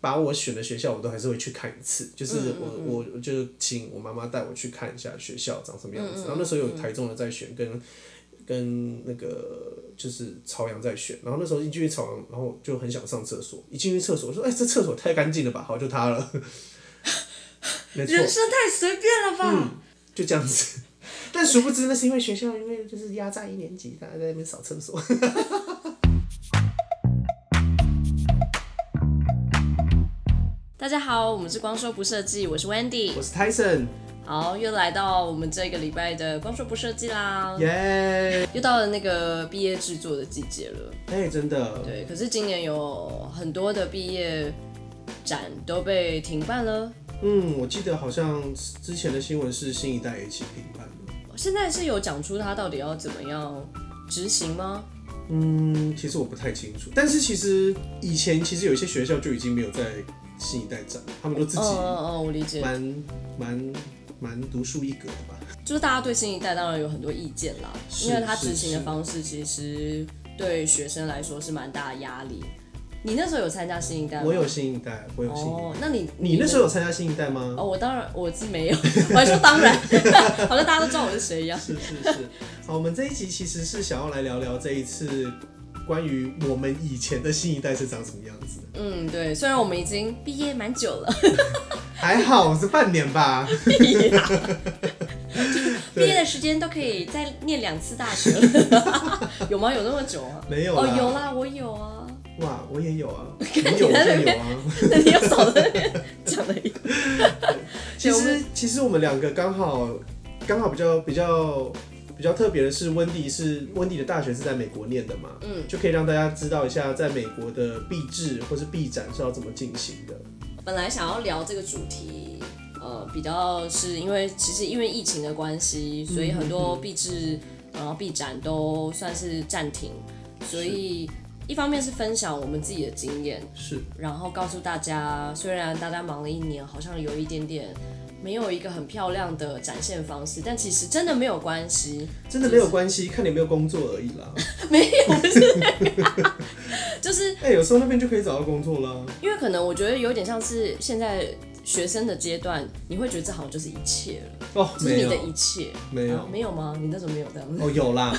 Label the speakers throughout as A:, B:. A: 把我选的学校，我都还是会去看一次。就是我我就是请我妈妈带我去看一下学校长什么样子。然后那时候有台中的在选，跟跟那个就是朝阳在选。然后那时候一进去朝阳，然后就很想上厕所。一进去厕所，我说：“哎、这厕所太干净了吧？”好，就它了。 没错，
B: 人生太随便了吧？
A: 就这样子。但殊不知，那是因为学校因为就是压榨一年级，大家在那边扫厕所。
B: 大家好，我们是光说不设计，我是 Wendy
A: 我。是 Tyson，
B: 好，又来到我们这个礼拜的光说不设计啦
A: 耶！
B: 又到了那个毕业制作的季节了。
A: 哎，真的，
B: 对，可是今年有很多的毕业展都被停办了。
A: 嗯，我记得好像之前的新闻是新一代也一起停办的。
B: 现在是有讲出它到底要怎么样执行吗？
A: 嗯，其实我不太清楚，但是其实以前其实有一些学校就已经没有在新一代展，他们都自
B: 哦
A: 己
B: 哦哦，我理解，
A: 蛮蛮蛮独树一格的吧。
B: 就是大家对新一代当然有很多意见啦，
A: 是
B: 因为它
A: 是
B: 执行的
A: 是
B: 方式其实对学生来说是蛮大的压力。你那时候有参加新一代吗？
A: 我有新一代，我有新一代。
B: 哦，那你
A: 你那时候有参加新一代吗？
B: 哦，我当然我是没有，我还说当然， 好像大家都知道我是谁一样。
A: 是是是。好，我们这一集其实是想要来聊聊这一次关于我们以前的新一代是长什么样子的。
B: 嗯，对，虽然我们已经毕业蛮久了，
A: 还好是半年吧。
B: 毕业的时间都可以再念两次大学了， 有吗？有那么久吗？
A: 没有
B: 哦
A: 啦，
B: 有啦，我有啊。
A: 哇，我也有啊，你有我
B: 你在那
A: 就有
B: 边
A: 啊。
B: 那你又少在那边讲了一个，
A: 其
B: 对我
A: 实
B: 们
A: 其实我们两个刚好刚好比较比较比较特别的是，温迪是温迪的大学是在美国念的嘛，嗯，就可以让大家知道一下在美国的毕制或是毕展是要怎么进行的。
B: 本来想要聊这个主题，呃，比较是因为其实因为疫情的关系，所以很多币制然后币展都算是暂停，所以一方面是分享我们自己的经验，
A: 是，
B: 然后告诉大家，虽然大家忙了一年，好像有一点点没有一个很漂亮的展现方式，但其实真的没有关系，
A: 真的没有关系，看你有没有工作而已啦。
B: 没有不是，就是
A: 哎、有时候那边就可以找到工作啦。
B: 因为可能我觉得有点像是现在学生的阶段，你会觉得这好像就是一切了，
A: 哦，
B: 这
A: 没
B: 是你的
A: 有
B: 一切。
A: 没有
B: 啊、没有吗？你那时候没有这样子。
A: 哦，有啦，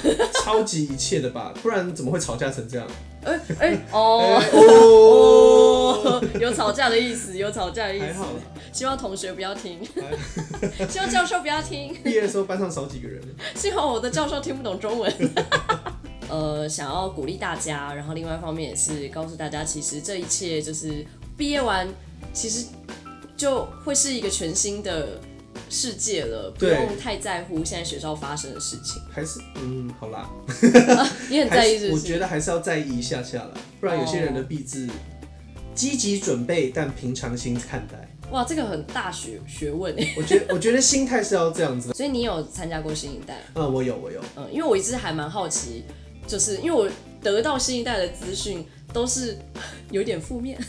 A: 超级一切的吧，不然怎么会吵架成这样？
B: 哎哎哦
A: 哎哦，
B: 哦，有吵架的意思，有吵架的意
A: 还
B: 思
A: 好。啦，
B: 希望同学不要听， 希望教授不要听。
A: 毕业的时候班上少几个人。
B: 幸好我的教授听不懂中文。 呃，想要鼓励大家，然后另外一方面也是告诉大家，其实这一切就是毕业完，其实就会是一个全新的世界了，不
A: 对
B: 用太在乎现在学校发生的事情。
A: 还是嗯，好啦，
B: 你很
A: 还
B: 在
A: 是
B: 意是不
A: 我
B: 是？
A: 觉得还是要在意一下下啦，不然有些人的币制积极准备，但平常心看待。
B: 哇，这个很大学学问诶。
A: 我觉得 我觉得心态是要这样子的。
B: 所以你有参加过新一代？
A: 嗯，我有我有，
B: 嗯，因为我一直还蛮好奇，就是因为我得到新一代的资讯都是有点负面。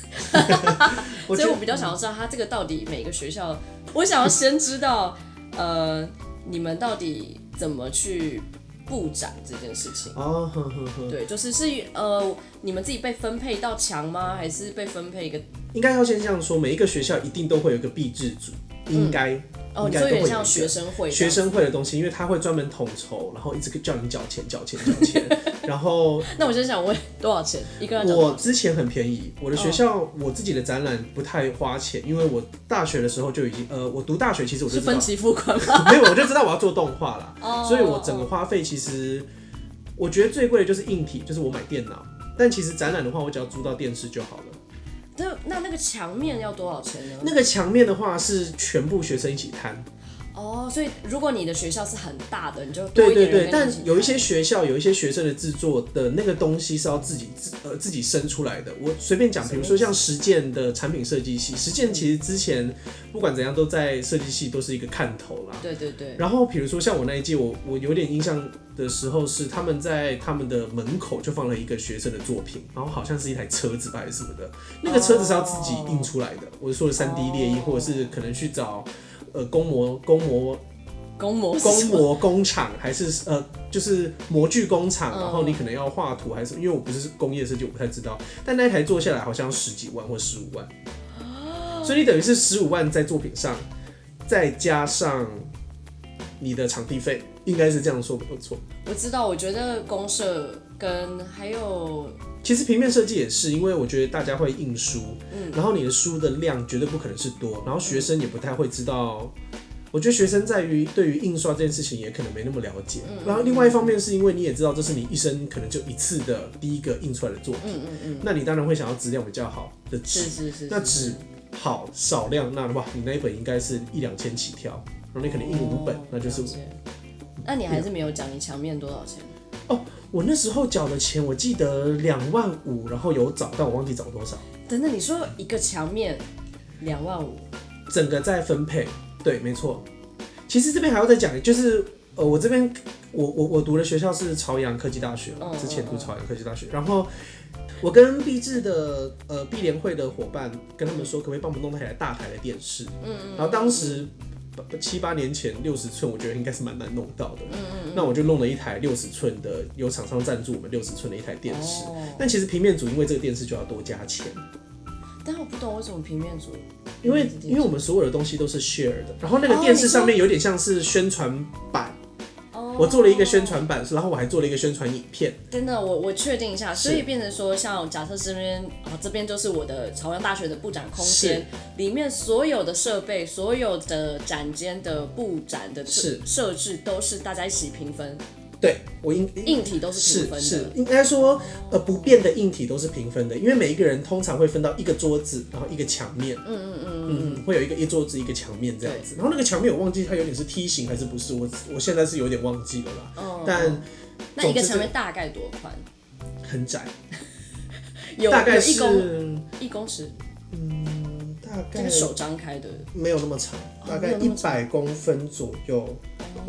A: 我
B: 所
A: 觉
B: 以
A: 得
B: 我比较想要知道他这个到底每个学校，我想要先知道，呃，你们到底怎么去布展这件事情。
A: 哦，呵呵呵，
B: 对，就是是呃，你们自己被分配到墙吗？还是被分配一个？
A: 应该要先这样说，每一个学校一定都会有一个币制组，应该、
B: 哦，
A: 应
B: 你
A: 该都
B: 说
A: 会
B: 有
A: 有
B: 点
A: 一个
B: 像学生会这
A: 学
B: 样，
A: 生会的东西，因为他会专门统筹，然后一直叫你缴钱缴钱缴 钱，然后
B: 那我就想问多少钱一个人要缴？
A: 我之前很便宜，我的学校、
B: 嗯
A: 我自己的展览不太花钱，因为我大学的时候就已经，呃，我读大学其实我就是知道
B: 分期付款吗？
A: 没有，我就知道我要做动画啦，
B: 哦
A: 所以我整个花费其实，我觉得最贵的就是硬体，就是我买电脑。但其实展览的话，我只要租到电视就好了。
B: 那那那个墙面要多少钱呢？
A: 那个墙面的话是全部学生一起摊，
B: 哦，所以如果你的学校是很大的，你就多
A: 对
B: 一
A: 对
B: 点
A: 对。
B: 人跟你
A: 但
B: 一起
A: 有一
B: 看
A: 些学校有一些学生的制作的那个东西是要自己自呃自己生出来的。我随便讲，比如说像实践的产品设计系，实践其实之前不管怎样都在设计系都是一个看头啦。
B: 对对对，
A: 然后比如说像我那一届，我我有点印象的时候是他们在他们的门口就放了一个学生的作品，然后好像是一台车子吧还是什么的，那个车子是要自己印出来的。我是说的三 D 列印，
B: 哦
A: 或者是可能去找呃工模工模
B: 公模
A: 工模工厂，还是呃就是模具工厂，
B: 嗯
A: 然后你可能要画图还是什么因为我不是工业设计，我不太知道。但那一台做下来好像十几万或十五万，所以你等于是十五万在作品上，再加上你的场地费，应该是这样说没有错。
B: 我知道，我觉得公社跟还有
A: 其实平面设计也是，因为我觉得大家会印书，
B: 嗯
A: 然后你的书的量绝对不可能是多，然后学生也不太会知道。我觉得学生在于对于印刷这件事情也可能没那么了解，
B: 嗯
A: 然后另外一方面是因为你也知道这是你一生可能就一次的第一个印出来的作品，
B: 嗯
A: 那你当然会想要质量比较好的纸
B: 是，是是，
A: 那
B: 是是
A: 纸好少量，那哇，你那一本应该是一两千起跳，然后你可能印五本
B: 哦，
A: 那就是
B: 了解那你还是没有讲你墙面多少钱？
A: 我那时候缴的钱，我记得两万五，然后有找，但我忘记找多少，
B: 等等，你说一个墙面两万五，
A: 整个再分配，对，没错。其实这边还要再讲，就是呃，我这边我我我读的学校是朝阳科技大学
B: 嗯，
A: 之前读朝阳科技大学，然后。我跟毕制的呃毕联会的伙伴跟他们说，可不可以帮我们弄台大台的电视？嗯然后当时七八年前六十寸，我觉得应该是蛮难弄到的。嗯嗯那我就弄了一台六十寸的，有厂商赞助我们六十寸的一台电视。
B: 哦
A: 但其实平面组因为这个电视就要多加钱，
B: 但我不懂为什么平面组，
A: 因为因为我
B: 们
A: 们所有的东西都是 share 的，然后
B: 哦
A: 那个电视上面有点像是宣传板，我
B: 哦
A: 做了一个宣。传板，然后我还做了一个宣传影片，
B: 真的，我我确定一下，
A: 是
B: 所以变成说，像假设这边啊，这边就是我的朝阳大学的布展空间，里面所有的设备、所有的展间的布展的设
A: 是
B: 设置都是大家一起平分，
A: 对我应
B: 硬体都是
A: 是
B: 平分
A: 是
B: 的。，
A: 应该说呃不变的硬体都是平分的，因为每一个人通常会分到一个桌子，然后一个墙面，嗯嗯嗯嗯，会有一个一桌子一个墙面这样
B: 嗯
A: 子，然后那个墙面我忘记它有点是梯形还是不是，我我现在是有点忘记了啦，
B: 哦
A: 但
B: 那一个
A: 总之是
B: 墙面大概多宽？
A: 很窄，
B: 有
A: 大概
B: 有
A: 是
B: 一公一公尺，
A: 大
B: 这
A: 概
B: 个手张开的，
A: 没有那么长，大
B: 哦没
A: 概
B: 有那
A: 一
B: 么
A: 百公分左右。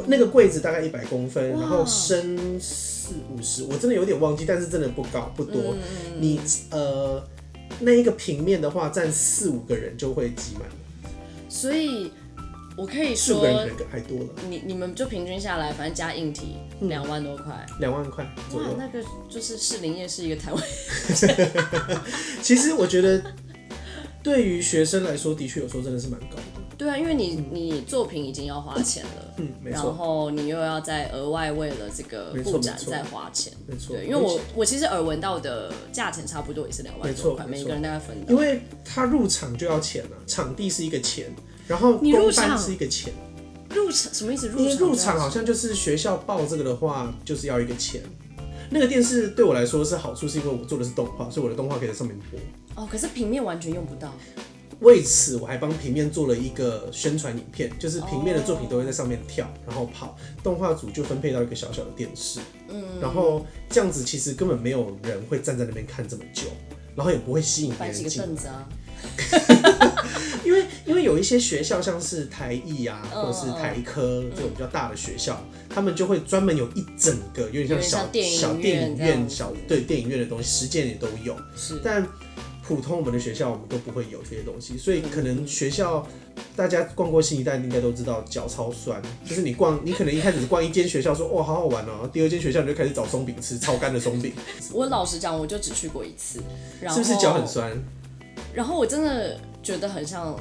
A: 那个柜子大概一百公分，
B: 哇
A: 然后深四五十，我真的有点忘记，但是真的不高不
B: 嗯
A: 多。你呃，那一个平面的话，站四五个人就会挤满了，
B: 所以我可以
A: 四五个人可
B: 说，
A: 能还多了，
B: 你你们就平均下来，反正加硬体两万多块。
A: 两万块嗯左
B: 哇
A: 右，。
B: 那个就是士林夜市一个台湾，
A: 其实我觉得， 对于学生来说，的确有时候真的是蛮高的。
B: 对啊，因为你你作品已经要花钱了，
A: 嗯，没
B: 然
A: 错，
B: 后你又要再额外为了这个
A: 没错
B: 布展
A: 没错
B: 再花钱，
A: 没错。
B: 对，因为我我其实耳闻到的价钱差不多也是两万
A: 没错
B: 多块，
A: 没错
B: 每一个人大概分
A: 因
B: 到。
A: 为他入场就要钱了、啊场地是一个钱，然后
B: 你入
A: 公办
B: 场
A: 是一个钱。
B: 入场什么意思？
A: 因
B: 入
A: 为
B: 场
A: 入场好像就是学校报这个的话，就是要一个钱。那个电视对我来说是好处，是因为我做的是动画，所以我的动画可以在上面播。
B: 哦，可是平面完全用不到，
A: 为此，我还帮平面做了一个宣传影片，就是平面的作品都会在上面跳，然后跑。动画组就分配到一个小小的电视，嗯，然后这样子其实根本没有人会站在那边看这么久，然后也不会吸引别
B: 摆
A: 人
B: 几个
A: 进来
B: 凳子啊，
A: 因为因为有一些学校，像是台艺啊，
B: 嗯
A: 或者是台科这种比较大的学校，他们就会专门有一整个有点像小
B: 有点像
A: 小
B: 电
A: 电影
B: 影院这样嗯
A: 院、
B: 子
A: 小对电影院的东西，实践也都有。
B: 是
A: 但普通我们的学校，我们都不会有这些东西，所以可能学校大家逛过新一代，应该都知道脚超酸，就是你逛，你可能一开始逛一间学校说哇好好玩哦、第二间学校你就开始找松饼吃，超干的松饼，
B: 我老实讲，我就只去过一次， 然
A: 是
B: 后
A: 不是脚很？酸？
B: 然后我真的觉得很像，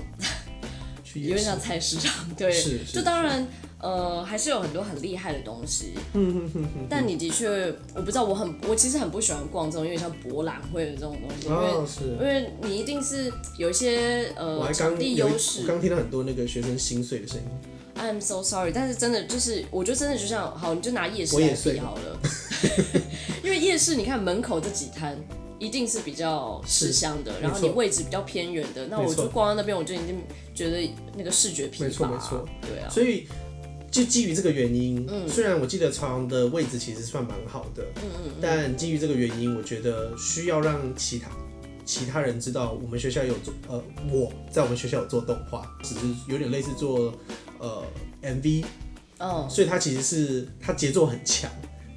A: 去
B: 有
A: 夜
B: 点
A: 市
B: 像菜市场，对，
A: 是是
B: 就当然。呃，还是有很多很厉害的东西，嗯但你的确，我不知道，我很，我其实很不喜欢逛这种有点像博览会的这种东西，因为
A: 哦是
B: 因。为你一定是有一些
A: 我
B: 呃
A: 还
B: 场
A: 刚
B: 地
A: 有一
B: 优
A: 我
B: 势。
A: 刚听到很多那个学生心碎的声音。
B: I'm so sorry，但是真的就是，我觉得真的就像好，你就拿夜市
A: 我也
B: 来
A: 睡
B: 比
A: 了
B: 好了， 因为夜市你看门口这几摊。一定是比较吃香的，然后你
A: 没错
B: 位置比较偏远的，那
A: 没
B: 我
A: 错
B: 就逛到那边，我就已经觉得那个视觉疲乏。
A: 没错没错，
B: 对啊，嗯
A: 所以就基于这个原因，虽然我记得朝阳的位置其实算蛮好的，
B: 嗯
A: 但基于这个原因，我觉得需要让其他其他人知道我们学校有做，呃，我在我们学校有做动画，只是有点类似做呃 MV，
B: 嗯，
A: 所以它其实是它节奏很强。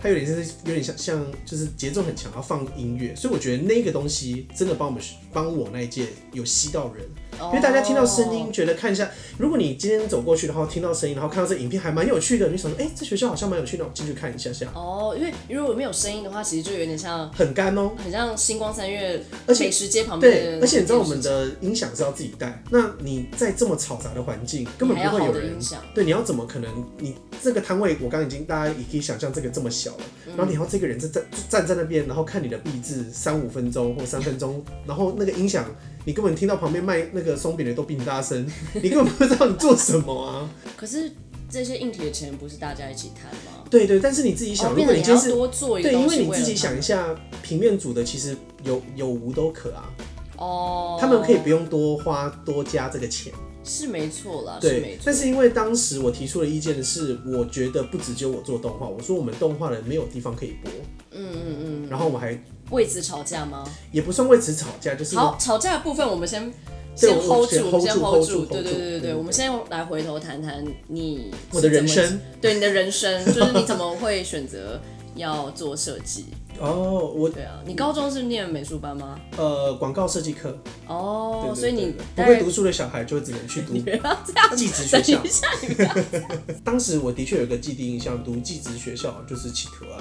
A: 它有点像是有点像像就是节奏很强，要放音乐，所以我觉得那个东西真的帮我们帮我那一届有吸到人，因为大家听到声
B: 哦
A: 音，觉得看一下，如果你今天走过去，然后听到声音，然后看到这影片还蛮有趣的，你就想说，哎、这学校好像蛮有趣的，那我进去看一下下，
B: 哦，因为如果没有声音的话，其实就有点像
A: 很干哦、
B: 很像星光三月
A: 而且
B: 美食街旁边的那
A: 对，
B: 种
A: 而且你知道我们
B: 电视
A: 的音响是要自己带，那你在这么嘈杂的环境，根本
B: 还要
A: 不会
B: 好
A: 有
B: 的
A: 人
B: 音响。
A: 对，你要怎么可能？你这个摊位，我刚刚已经大家也可以想象这个这么小了，
B: 嗯
A: 然后你还要这个人在站站在那边，然后看你的壁纸三五分钟或三分钟，然后那个音响，你根本听到旁边卖那个松饼的都比你大声，你根本不知道你做什么啊！
B: 可是这些硬体的钱不是大家一起摊吗？
A: 对对，但是你自己想，
B: 哦，
A: 如
B: 变
A: 果你
B: 得你
A: 今天
B: 还要
A: 是
B: 多做一个
A: 对，因
B: 东西
A: 为你
B: 了
A: 自己
B: 他
A: 想一
B: 们
A: 下，平面组的其实有有无都可啊，
B: 哦，
A: 他们可以不用多花多加这个钱。
B: 是没错啦，是没
A: 对
B: 错，，
A: 但是因为当时我提出的意见是，我觉得不只只有我做动画，我说我们动画人没有地方可以播，
B: 嗯嗯嗯，
A: 然后我还
B: 为此吵架吗？
A: 也不算为此吵架，就是
B: 好，吵架的部分我们先
A: 对
B: 先
A: 我
B: hold
A: 先
B: 住，
A: hold
B: 先
A: 住
B: hold
A: hold 住
B: 对
A: hold
B: 对
A: 住
B: 对对对，
A: 嗯
B: 我们先来回头谈谈你
A: 我的
B: 是怎
A: 人
B: 么
A: 生，
B: 对你的人生，就是你怎么会选择要做设计？
A: 哦，我
B: 对啊，你高中是念美术班吗？
A: 呃广告设计课，
B: 哦，
A: 对对
B: 所以你
A: 对
B: 大
A: 不
B: 概
A: 会读书的小孩就只能去读
B: 不要这样
A: 寄职
B: 等
A: 学校
B: 一。下，你
A: 当时我的确有一个既定印象，读寄职学校就是企图啊，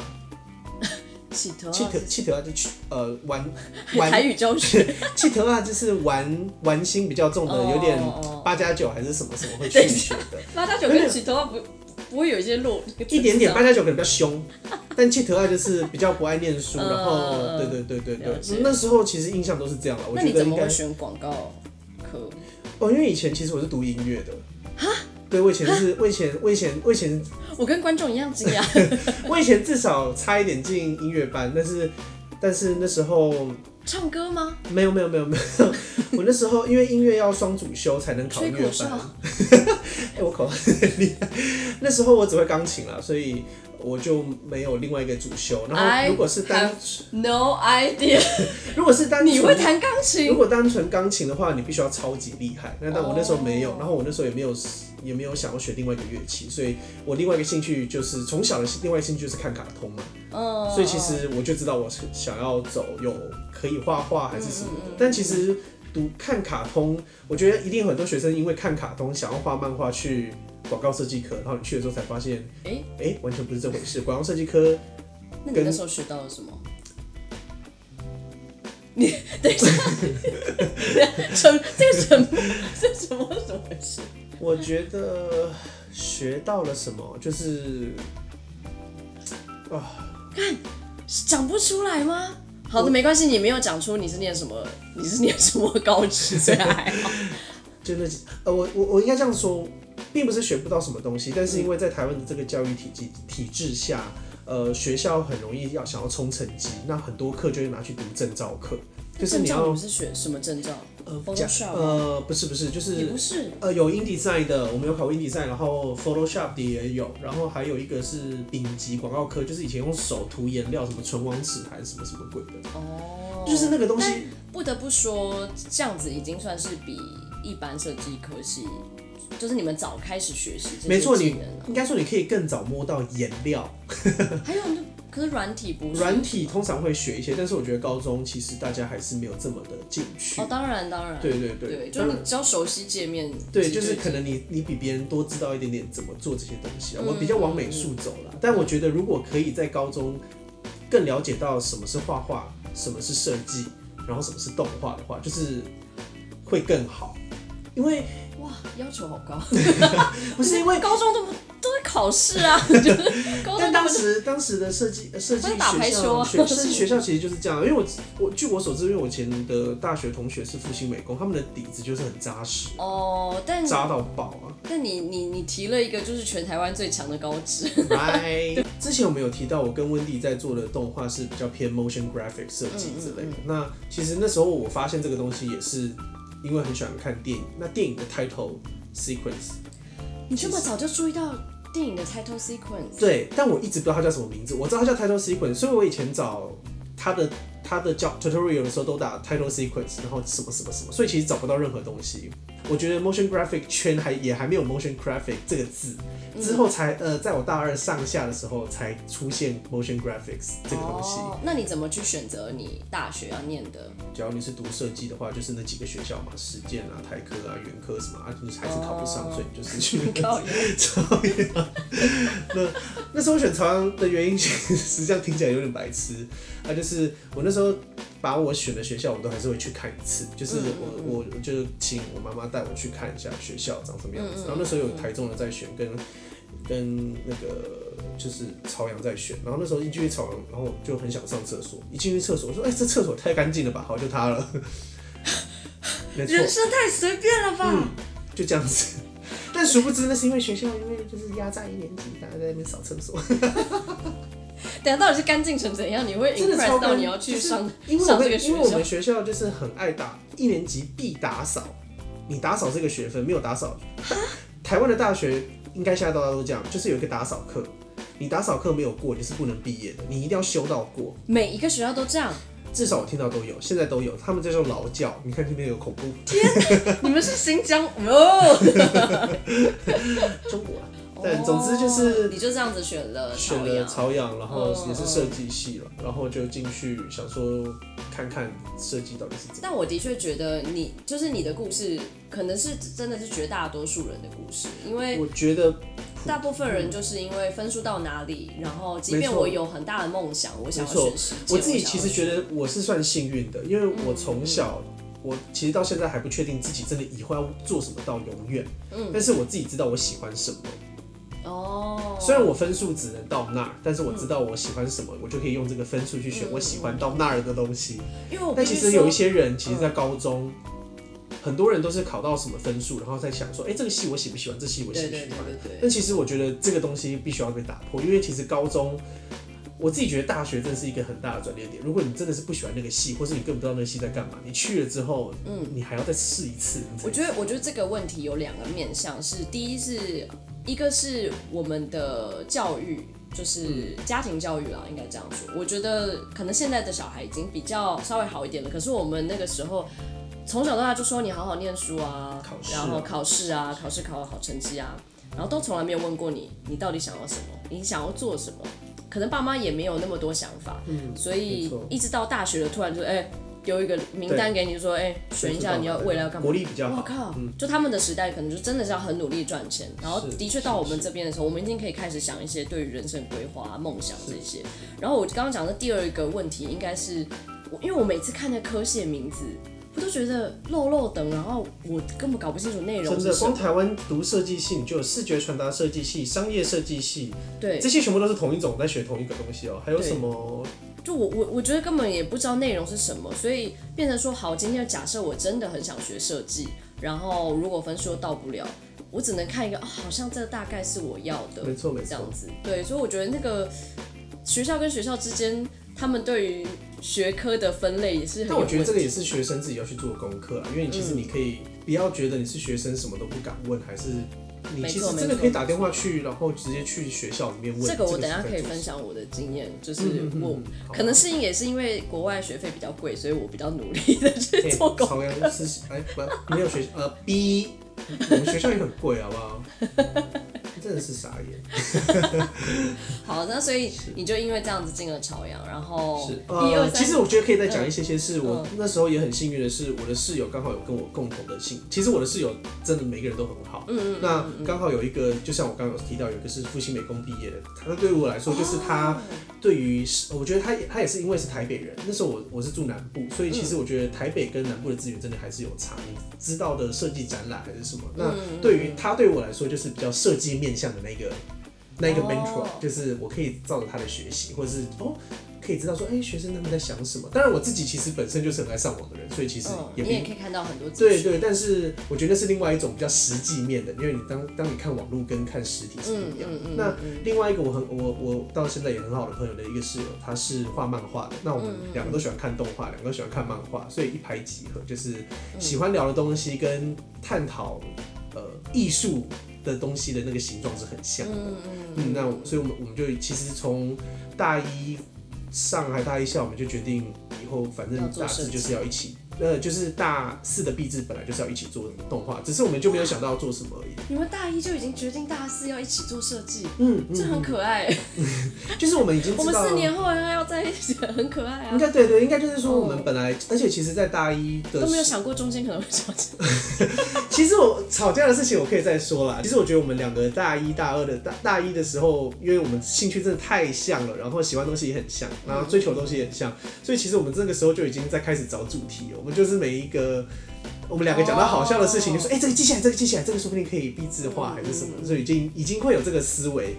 B: 起头啊
A: 企图企图啊就去呃玩
B: 台
A: 玩
B: 语教学，
A: 企图啊就是玩玩心比较重的，
B: 哦
A: 有点
B: 哦哦
A: 八加九还是什么什么会
B: 等
A: 去
B: 一
A: 学的。
B: 八加九跟起头啊不不会有一些落
A: 一点
B: 啊
A: 点，八加九可能比较凶，但气头爱就是比较不爱念书，然后
B: 嗯
A: 对对对对
B: 了解
A: 对，那时候其实印象都是这样了。我
B: 那
A: 觉
B: 你
A: 得
B: 怎
A: 应
B: 么
A: 该
B: 会选广告课？
A: 哦，因为以前其实我是读音乐的，对我以前是，我以前我以前我以前
B: 我跟观众一样惊 讶，
A: 我以前至少差一点进音乐班，但是但是那时候
B: 唱歌吗？
A: 没有没有没有没有， 我那时候因为音乐要双主修才能考
B: 吹
A: 音乐
B: 口
A: 班
B: 哨，？
A: 哎、我口 很厉害。那时候我只会钢琴啦，所以我就没有另外一个主修。然
B: I
A: 后如果是单
B: No idea，
A: 如果是单
B: 你会
A: 纯
B: 弹钢琴
A: 如？ 果单纯钢琴的话，你必须要超级厉害。那但我那时候没
B: 哦
A: 有，然后我那时候也没有也没有想要学另外一个乐器，所以我另外一个兴趣就是从小的另外一个兴趣就是看卡通嘛。
B: 嗯，
A: 所以其实我就知道我是想要走有可以画画还是什么的。但其实读看卡通，我觉得一定很多学生因为看卡通想要画漫画去广告设计科，然后你去的时候才发现，
B: 诶
A: 哎、完全不是这回事。广告设计科
B: 那你那时候学到了什么？你等 一下， 什么这个什么这什么怎么回事？
A: 我觉得学到了什么，就是
B: 是讲不出来吗？好的，没关系，你没有讲出你是念什么，你是念什么高职，所以还好。
A: 真的，呃，我我我应该这样说，并不是学不到什么东西，但是因为在台湾的这个教育体系体制下，呃，学校很容易要想要冲成绩，那很多课就会拿去读证照课， 就是
B: 证
A: 你
B: 照你
A: 要
B: 们是学什么证照？
A: 呃
B: Photoshop
A: 呃不是不是就
B: 啊
A: 是
B: 也不是
A: 呃有 InDesign 的，我们有考过 InDesign，然后 Photoshop 的也有，然后还有一个是丙级广告课，就是以前用手涂颜料，什么唇网齿还是什么什么鬼的，
B: 哦，
A: 就是那个东西。
B: 不得不说，这样子已经算是比一般设计科系，就是你们早开始学习这些
A: 没错，
B: 技
A: 你
B: 能了
A: 应该说你可以更早摸到颜料，
B: 还有那可是软体不是
A: 软体通常会学一些，但是我觉得高中其实大家还是没有这么的进去。
B: 哦，当然当然，
A: 对对
B: 对，
A: 对，
B: 就是
A: 当然
B: 你只要熟悉界面，
A: 对，
B: 其
A: 就
B: 实
A: 是可能你你比别人多知道一点点怎么做这些东西
B: 嗯
A: 啊。我比较往美术走了，但我觉得如果可以在高中更了解到什么是画画，什么是设计，然后什么是动画的话，就是会更好。因为
B: 哇，要求好高，
A: 不是因为，
B: 高中都不都在考试 啊，就是高
A: 但
B: 中
A: 当时当时的设计呃设计
B: 不是打排
A: 学
B: 球
A: 校
B: 啊
A: 学设计学校其实就是这样，因为我我据我所知，因为我以前的大学同学是复兴美工，他们的底子就是很扎实，
B: 哦，但
A: 扎到爆啊！
B: 但你你你提了一个就是全台湾最强的高职，
A: right 之前我们有提到，我跟温迪在做的动画是比较偏 motion graphic 设计之
B: 嗯
A: 类的。那其实那时候我发现这个东西也是因为很喜欢看电影，那电影的 title sequence
B: 你这么早就注意到电影的 title sequence，
A: 对，但我一直不知道它叫什么名字，我知道它叫 title sequence，所以我以前找它的它的叫 tutorial 的时候都打 title sequence，然后什么什么什么，所以其实找不到任何东西。我觉得 motion graphic 圈还也还没有 motion graphic 这个字，之后才呃，在我大二上下的时候才出现 motion graphics 这个东西。
B: 哦，那你怎么去选择你大学要念的？
A: 只要你是读设计的话，就是那几个学校嘛，实践啊、台科啊、原科什么啊，就是还是考不上，
B: 哦
A: 所以你就是去
B: 靠腰
A: 朝
B: 嗯
A: 阳。那那时候我选朝阳的原因，其实实际上听起来有点白痴啊，就是我那时候把我选的学校，我都还是会去看一次，就是
B: 嗯
A: 我我我就请我妈妈带我去看一下学校长什么样子。然后那时候有台中的在选，跟跟那个就是朝阳在选，然后那时候一进去朝阳，然后我就很想上厕所，一进去厕所我说，哎、这厕所太干净了吧，好就它了， 没错
B: 人，生太随便了吧？
A: 嗯就这样子。 但殊不知，那是因为学校因为就是压榨一年级，大家在那边扫厕所，
B: 等下到底是干净成怎样？你会
A: 真的超
B: impress 到
A: 干
B: 你要去
A: 就是
B: 上
A: 因为我
B: 上这个
A: 们因
B: 学
A: 为我
B: 校
A: 们？学校就是很爱打一年级必打扫，你打扫这个学分没有打扫， 台湾的大学应该现在大家都这样，就是有一个打扫课，你打扫课没有过你是不能毕业的，你一定要修到过。
B: 每一个学校都这样，
A: 至少我听到都有，现在都有，他们这叫劳教。你看这边有恐怖，
B: 你们是新 疆哦。
A: 中国啊。但总之就是
B: 哦你就这样子选
A: 呃
B: 了朝
A: 选
B: 阳，
A: 了朝阳，然后
B: 嗯
A: 也是设计系了，然后就进去想说看看设计到底是怎么。
B: 但我的确觉得你就是你的故事，可能是真的是绝大多数人的故事，因为
A: 我觉得
B: 大部分人就是因为分数到哪里，然后即便
A: 没错
B: 我有很大的梦想，我想要
A: 没错
B: 选实践，
A: 我自己
B: 想
A: 其
B: 要
A: 实觉得我是算幸运的，因为我从小，
B: 嗯
A: 我其实到现在还不确定自己真的以后要做什么到永远。嗯，但是我自己知道我喜欢什么。
B: 哦，嗯
A: 虽然我分数只能到那儿，但是我知道我喜欢什么，我就可以用这个分数去选我喜欢到那儿的东西。
B: 因为我
A: 但
B: 必
A: 其
B: 须
A: 实有
B: 说嗯
A: 一些人，其实在高中，很多人都是考到什么分数，然后在想说，哎、这个戏我喜不喜欢，这戏我喜
B: 对
A: 不喜
B: 对对
A: 欢。
B: 对对，
A: 但其实我觉得这个东西必须要被打破，因为其实高中，我自己觉得大学真的是一个很大的转捩点。如果你真的是不喜欢那个系，或是你根本不知道那个系在干嘛，你去了之后，嗯，你还要再试一次。你才
B: 我觉得，我觉得这个问题有两个面向，是第一是一个是我们的教育，就是家庭教育啦，应该这样说。我觉得可能现在的小孩已经比较稍微好一点了，可是我们那个时候。从小到大就说你好好念书啊，
A: 考试啊
B: 然后考试啊，考试考好成绩啊，然后都从来没有问过你，你到底想要什么，你想要做什么？可能爸妈也没有那么多想法，嗯，所
A: 没
B: 以
A: 错
B: 一直到大学了，突然就哎、丢一个名单给你，说哎、选一下你要未来要干嘛
A: 国？力比较
B: 我
A: 好，嗯
B: 靠！就他们的时代，可能就真的是要很努力赚钱。然后的确到我们这边的时候，我们已经可以开始想一些对于人生规划、梦想这些。然后我刚刚讲的第二个问题，应该是我，因为我每次看那科系的名字，我都觉得漏漏等，然后我根本搞不清楚内容
A: 真
B: 是
A: 的，
B: 什
A: 光
B: 么。
A: 台湾读设计系，你就有视觉传达设计系、商业设计系，
B: 对
A: 这，些全部都是同一种在学同一个东西哦、还有什么？
B: 就我我我觉得根本也不知道内容是什么，所以变成说，好，今天假设我真的很想学设计，然后如果分数又到不了，我只能看一个，哦，好像这大概是我要的。
A: 没错没
B: 这
A: 错
B: 样，子。对，所以我觉得那个学校跟学校之间，他们对于学科的分类也是很有
A: 但我觉得这个也
B: 问题嗯
A: 是学生自己要去做的功课啊，因为你其实你可以不要觉得你是学生什么都不敢问，还是你
B: 没
A: 其实
B: 错没
A: 真的
B: 错
A: 可以打电话去，然后直接去学校里面问。
B: 这个我等一下
A: 是
B: 可以
A: 在做
B: 分
A: 什么。
B: 享我的经验，就是
A: 嗯嗯
B: 我
A: 嗯好
B: 可能是也是因为国外学费比较贵，所以我比较努力的去
A: 哎
B: 做 工。
A: 朝阳是哎不没有学呃 B，我们学校也很贵，好不好？ 真的是傻眼。
B: 好，那所以你就因为这样子进了朝阳，然后
A: 是
B: 一二
A: 呃，
B: 三
A: 其实我觉得可以再讲一些些事。我那时候也很幸运的是，我的室友刚好有跟我共同的兴，其实我的室友真的每个人都很好。嗯嗯。那刚好有一个，就像我刚刚有提到，有一个是复兴美工毕业的，他对于我来说就是他对于，我觉得他也他也是因为是台北人，那时候我我是住南部，所以其实我觉得台北跟南部的资源真的还是有差。你知道的设计展览还是什么？那对于他对我来说就是比较设计面向的那个。那一个 mentor、
B: 哦
A: 就是我可以照着他的学习，或者是哦，可以知道说，哎、学生他们在想什么。当然，我自己其实本身就是很爱上网的人，所以其实
B: 嗯，
A: 也
B: 你
A: 并
B: 也可以看到很多资
A: 对
B: 讯。
A: 对，但是我觉得是另外一种比较实际面的，因为你当当你看网络跟看实体是不
B: 嗯
A: 一样的。那另外一个我很我我到现在也很好的朋友的一个室友，他是画漫画的。那我
B: 嗯
A: 们两个都喜欢看动画，两个都喜欢看漫画，所以一拍即合，就是
B: 嗯
A: 喜欢聊的东西跟探讨呃艺术的东西的那个形状是很像的。嗯，那我所以我们我们就其实从大一上海大一下，我们就决定以后反正
B: 要做
A: 大
B: 设
A: 致
B: 计
A: 就是要一起呃，就是大四的毕制本来就是要一起做动画，只是我们就没有想到要做什么而已。
B: 你们大一就已经决定大四要一起做设计，
A: 嗯，
B: 这很可爱。
A: 就是我们已经
B: 我
A: 知
B: 们
A: 道
B: 四年后还要在一起，很可爱啊
A: 应。该对对，应该就是说
B: 哦
A: 我们本来，而且其实，在大一的
B: 都没有
A: 时
B: 想过中间可能会吵架。
A: 其实我吵架的事情我可以再说啦。其实我觉得我们两个大一、大二的大大一的时候，因为我们兴趣真的太像了，然后喜欢东西也很像，然后追求的东西也很像，所以其实我们这个时候就已经在开始找主题了。我们就是每一个我们两个讲到好笑的事情，
B: 哦
A: 就说哎、这个记起来，这个记起来，这个说不定可以壁纸化还是什么，所以已经已经会有这个思维。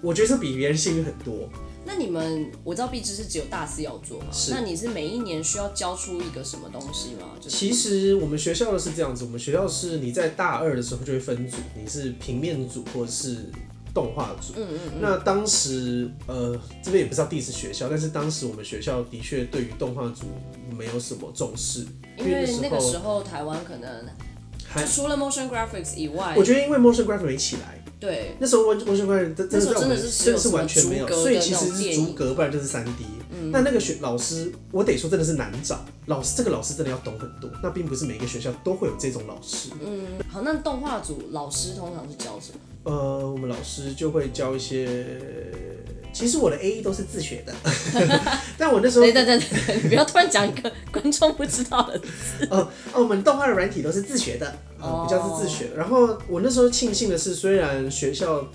A: 我觉得是比别人幸运很多。
B: 那你们，我知道毕制是只有大四要做嘛？
A: 是
B: 那你是每一年需要交出一个什么东西吗？就是
A: 其实我们学校的是这样子，我们学校是你在大二的时候就会分组，你是平面组或是动画组。嗯嗯那当时呃，这边也不知道第一次学校，但是当时我们学校的确对于动画组没有什么重视，
B: 因为那
A: 那
B: 个
A: 时
B: 时
A: 候
B: 候台湾可能
A: 还
B: 就除了 motion graphics 以外
A: 我，觉得因为 motion graphic 没起来，
B: 对，
A: 那时候 motion motion graphic 真
B: 那
A: 的
B: 时候
A: 在我
B: 真的
A: 们
B: 是只
A: 真
B: 有
A: 的是
B: 什么
A: 完全没有，
B: 逐格的
A: 所以其
B: 那
A: 实
B: 种
A: 是
B: 电
A: 逐
B: 影嗯
A: 格，不然就是三 D。那那个学老师，我得说真的是难找，老师这个老师真的要懂很多，那并不是每个学校都会有这种老师。
B: 嗯好，那动画组老师通常是教什么？
A: 呃，我们老师就会教一些。其实我的 A E 都是自学 的，但我那时候
B: 对对对对，你不要突然讲一个观众不 知道的。
A: 哦哦，我们动画的软体都是自学的，
B: 哦
A: 啊，比较是自学。然后我那时候庆幸的是，虽然学校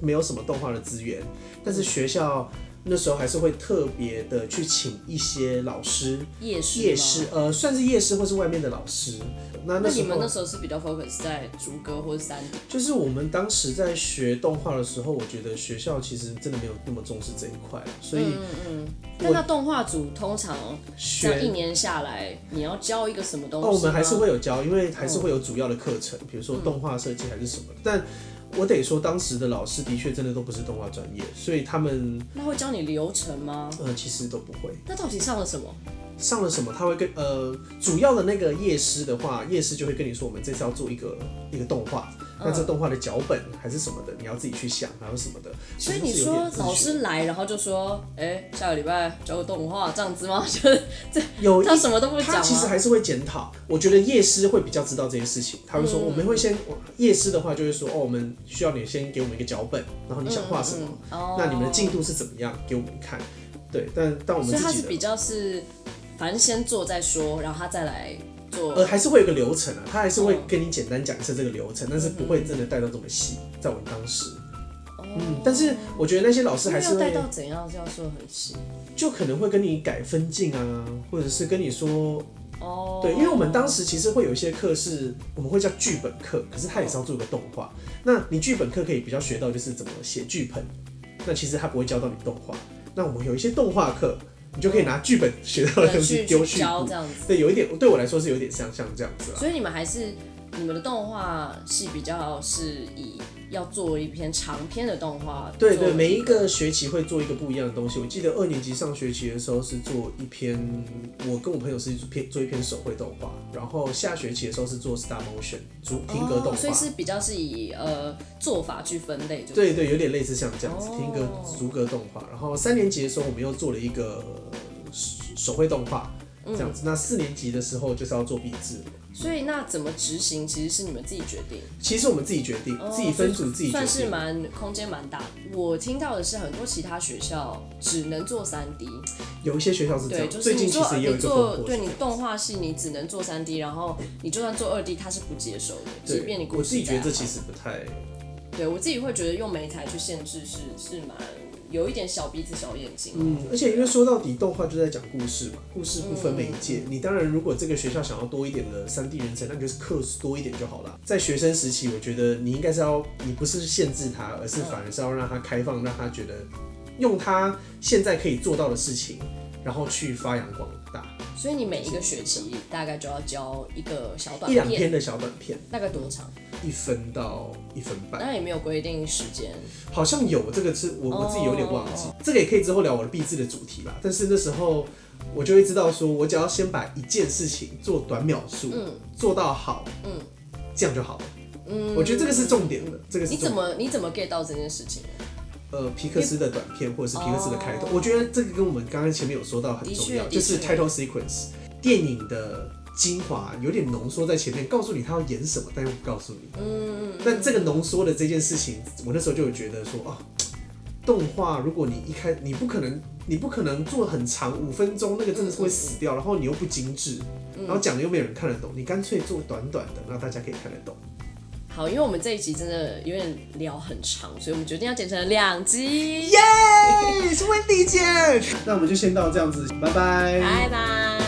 A: 没有什么动画的资源，但是学校那时候还是会特别的去请一些老师，
B: 夜市吗
A: 夜市，呃，算是夜市或是外面的老师。那
B: 那
A: 那
B: 你
A: 时
B: 们那
A: 候
B: 时候是比较 focus 在逐歌或者三 D，
A: 就是我们当时在学动画的时候，我觉得学校其实真的没有那么重视这一块，所以
B: 但那动画组通常这
A: 学
B: 样一年下来，你要教一个什么东西
A: 哦，
B: 吗？嗯
A: 我们还是会有教，因为还是会有主要的课程，比如说动画设计还是什么。但我得说，当时的老师的确真的都不是动画专业，所以他们
B: 那会教你流程吗？
A: 呃其实都不会。
B: 那到底上了什么？
A: 上了什么，他会跟呃主要的那个夜师的话，夜师就会跟你说，我们这次要做一个一个动画，
B: 嗯
A: 那这动画的脚本还是什么的，你要自己去想，还有什么的。
B: 所以
A: 其
B: 你
A: 实是有
B: 说
A: 点自学
B: 老师来，然后就说，哎、下个礼拜教我动画这样子吗？ 就是
A: 有
B: 他什么都不讲
A: 他其实
B: 吗？
A: 还是会检讨。我觉得夜师会比较知道这些事情，他会
B: 嗯
A: 说我们会先夜师的话就会说哦，我们需要你先给我们一个脚本，然后你想画什么，
B: 哦
A: 那你们的进度是怎么样，给我们看。对，但但我们
B: 所以他
A: 自
B: 是比
A: 己的。
B: 较是，反正先做再说，然后他再来做。
A: 呃，还是会有个流程啊，他还是会
B: 哦
A: 跟你简单讲一次这个流程，但是不会真的带到这么细，在我们当时，嗯，但是我觉得那些老师还
B: 那
A: 是会
B: 要哦带到怎样是要说很细
A: 就可能会跟你改分镜啊，或者是跟你说
B: 哦。
A: 对，因为我们当时其实会有一些课是我们会叫剧本课，可是它也是要做一个动画。那你剧本课可以比较学到就是怎么写剧本，那其实它不会教到你动画。那我们有一些动画课，你就可以拿剧本学到的
B: 嗯对
A: 东西
B: 去
A: 丢
B: 去
A: 去
B: 教
A: 补
B: 这。样子，
A: 对，有一点对我来说是有点像像这样子啦。
B: 所以你们还是你们的动画系比较是以要做一篇长篇的哦动画作为，
A: 对对，每一个学期会做一个不一样的东西。我记得二年级上学期的时候是做一篇，我跟我朋友是做篇做一篇手绘动画，然后下学期的时候是做 stop motion 主停格动
B: 哦，
A: 画、
B: 所以是比较是以呃做法去分类，就
A: 对对，有点类似像这样子，
B: 哦
A: 听一个逐格动画。然后三年级的时候，我们又做了一个呃手手绘动画，
B: 嗯
A: 这样子。那四年级的时候就是要做笔记，
B: 所以那怎么执行其实是你们自己决定，
A: 其实我们自己决定，哦自己分组自己决
B: 哦算是
A: 定。
B: 蛮空间蛮大的。我听到的是很多其他学校只能做三 D，
A: 有一些学校是这
B: 对，
A: 样，
B: 就是
A: 最近
B: 你
A: 其
B: 做
A: 实也有
B: 你
A: 一个
B: 做
A: 风波
B: 对
A: 是
B: 你
A: 这样
B: 动画系你只能做三 D，然后你就算做二 D，它是不接受的，即
A: 对
B: 便你故事
A: 我自己觉得
B: 再
A: 这
B: 好
A: 其实不太
B: 对我自己会觉得用媒材去限制是是蛮有一点小鼻子小眼睛。哦
A: 嗯，而且因为说到底，动画就在讲故事嘛，故事不分媒介。
B: 嗯
A: 你当然，如果这个学校想要多一点的三 D 人才，那你就是课多一点就好了。在学生时期，我觉得你应该是要，你不是限制他，而是反而是要让他开放，让他觉得用他现在可以做到的事情，然后去发扬光大。
B: 所以你每一个学期大概就要教一个小短
A: 一两
B: 片，
A: 篇的小短片，
B: 大概多长？
A: 一分到一分半，
B: 那也没有规定时间。
A: 好像有这个是我我自己有点忘记。
B: 哦
A: 这个也可以之后聊我的毕制的主题啦。但是那时候我就会知道说，我只要先把一件事情做短秒数，
B: 嗯
A: 做到好，
B: 嗯，
A: 这样就好了。
B: 嗯，
A: 我觉得这个是重点的，这个是
B: 你
A: 重点
B: 怎么你怎么 get 到这件事情？
A: 呃皮克斯的短片或者是皮克斯的开头
B: 哦，
A: 我觉得这个跟我们刚刚前面有说到很
B: 的
A: 重
B: 确
A: 要，
B: 的
A: 就是
B: 确
A: title sequence。电影的精华有点浓缩在前面，告诉你他要演什么，但又不告诉你。
B: 嗯，
A: 但这个浓缩的这件事情，我那时候就有觉得说啊，动画如果你一开你不可能你不可能做很长五分钟，那个真的是会死
B: 嗯
A: 掉，然后你又不精致，然后讲的又没有人看得懂，你干脆做短短的，让大家可以看得 懂。
B: 好，因为我们这一集真的有点聊很长，所以我们决定要剪成两集。
A: 哎耶，是温迪姐，那我们就先到这样子，拜拜。
B: 拜拜。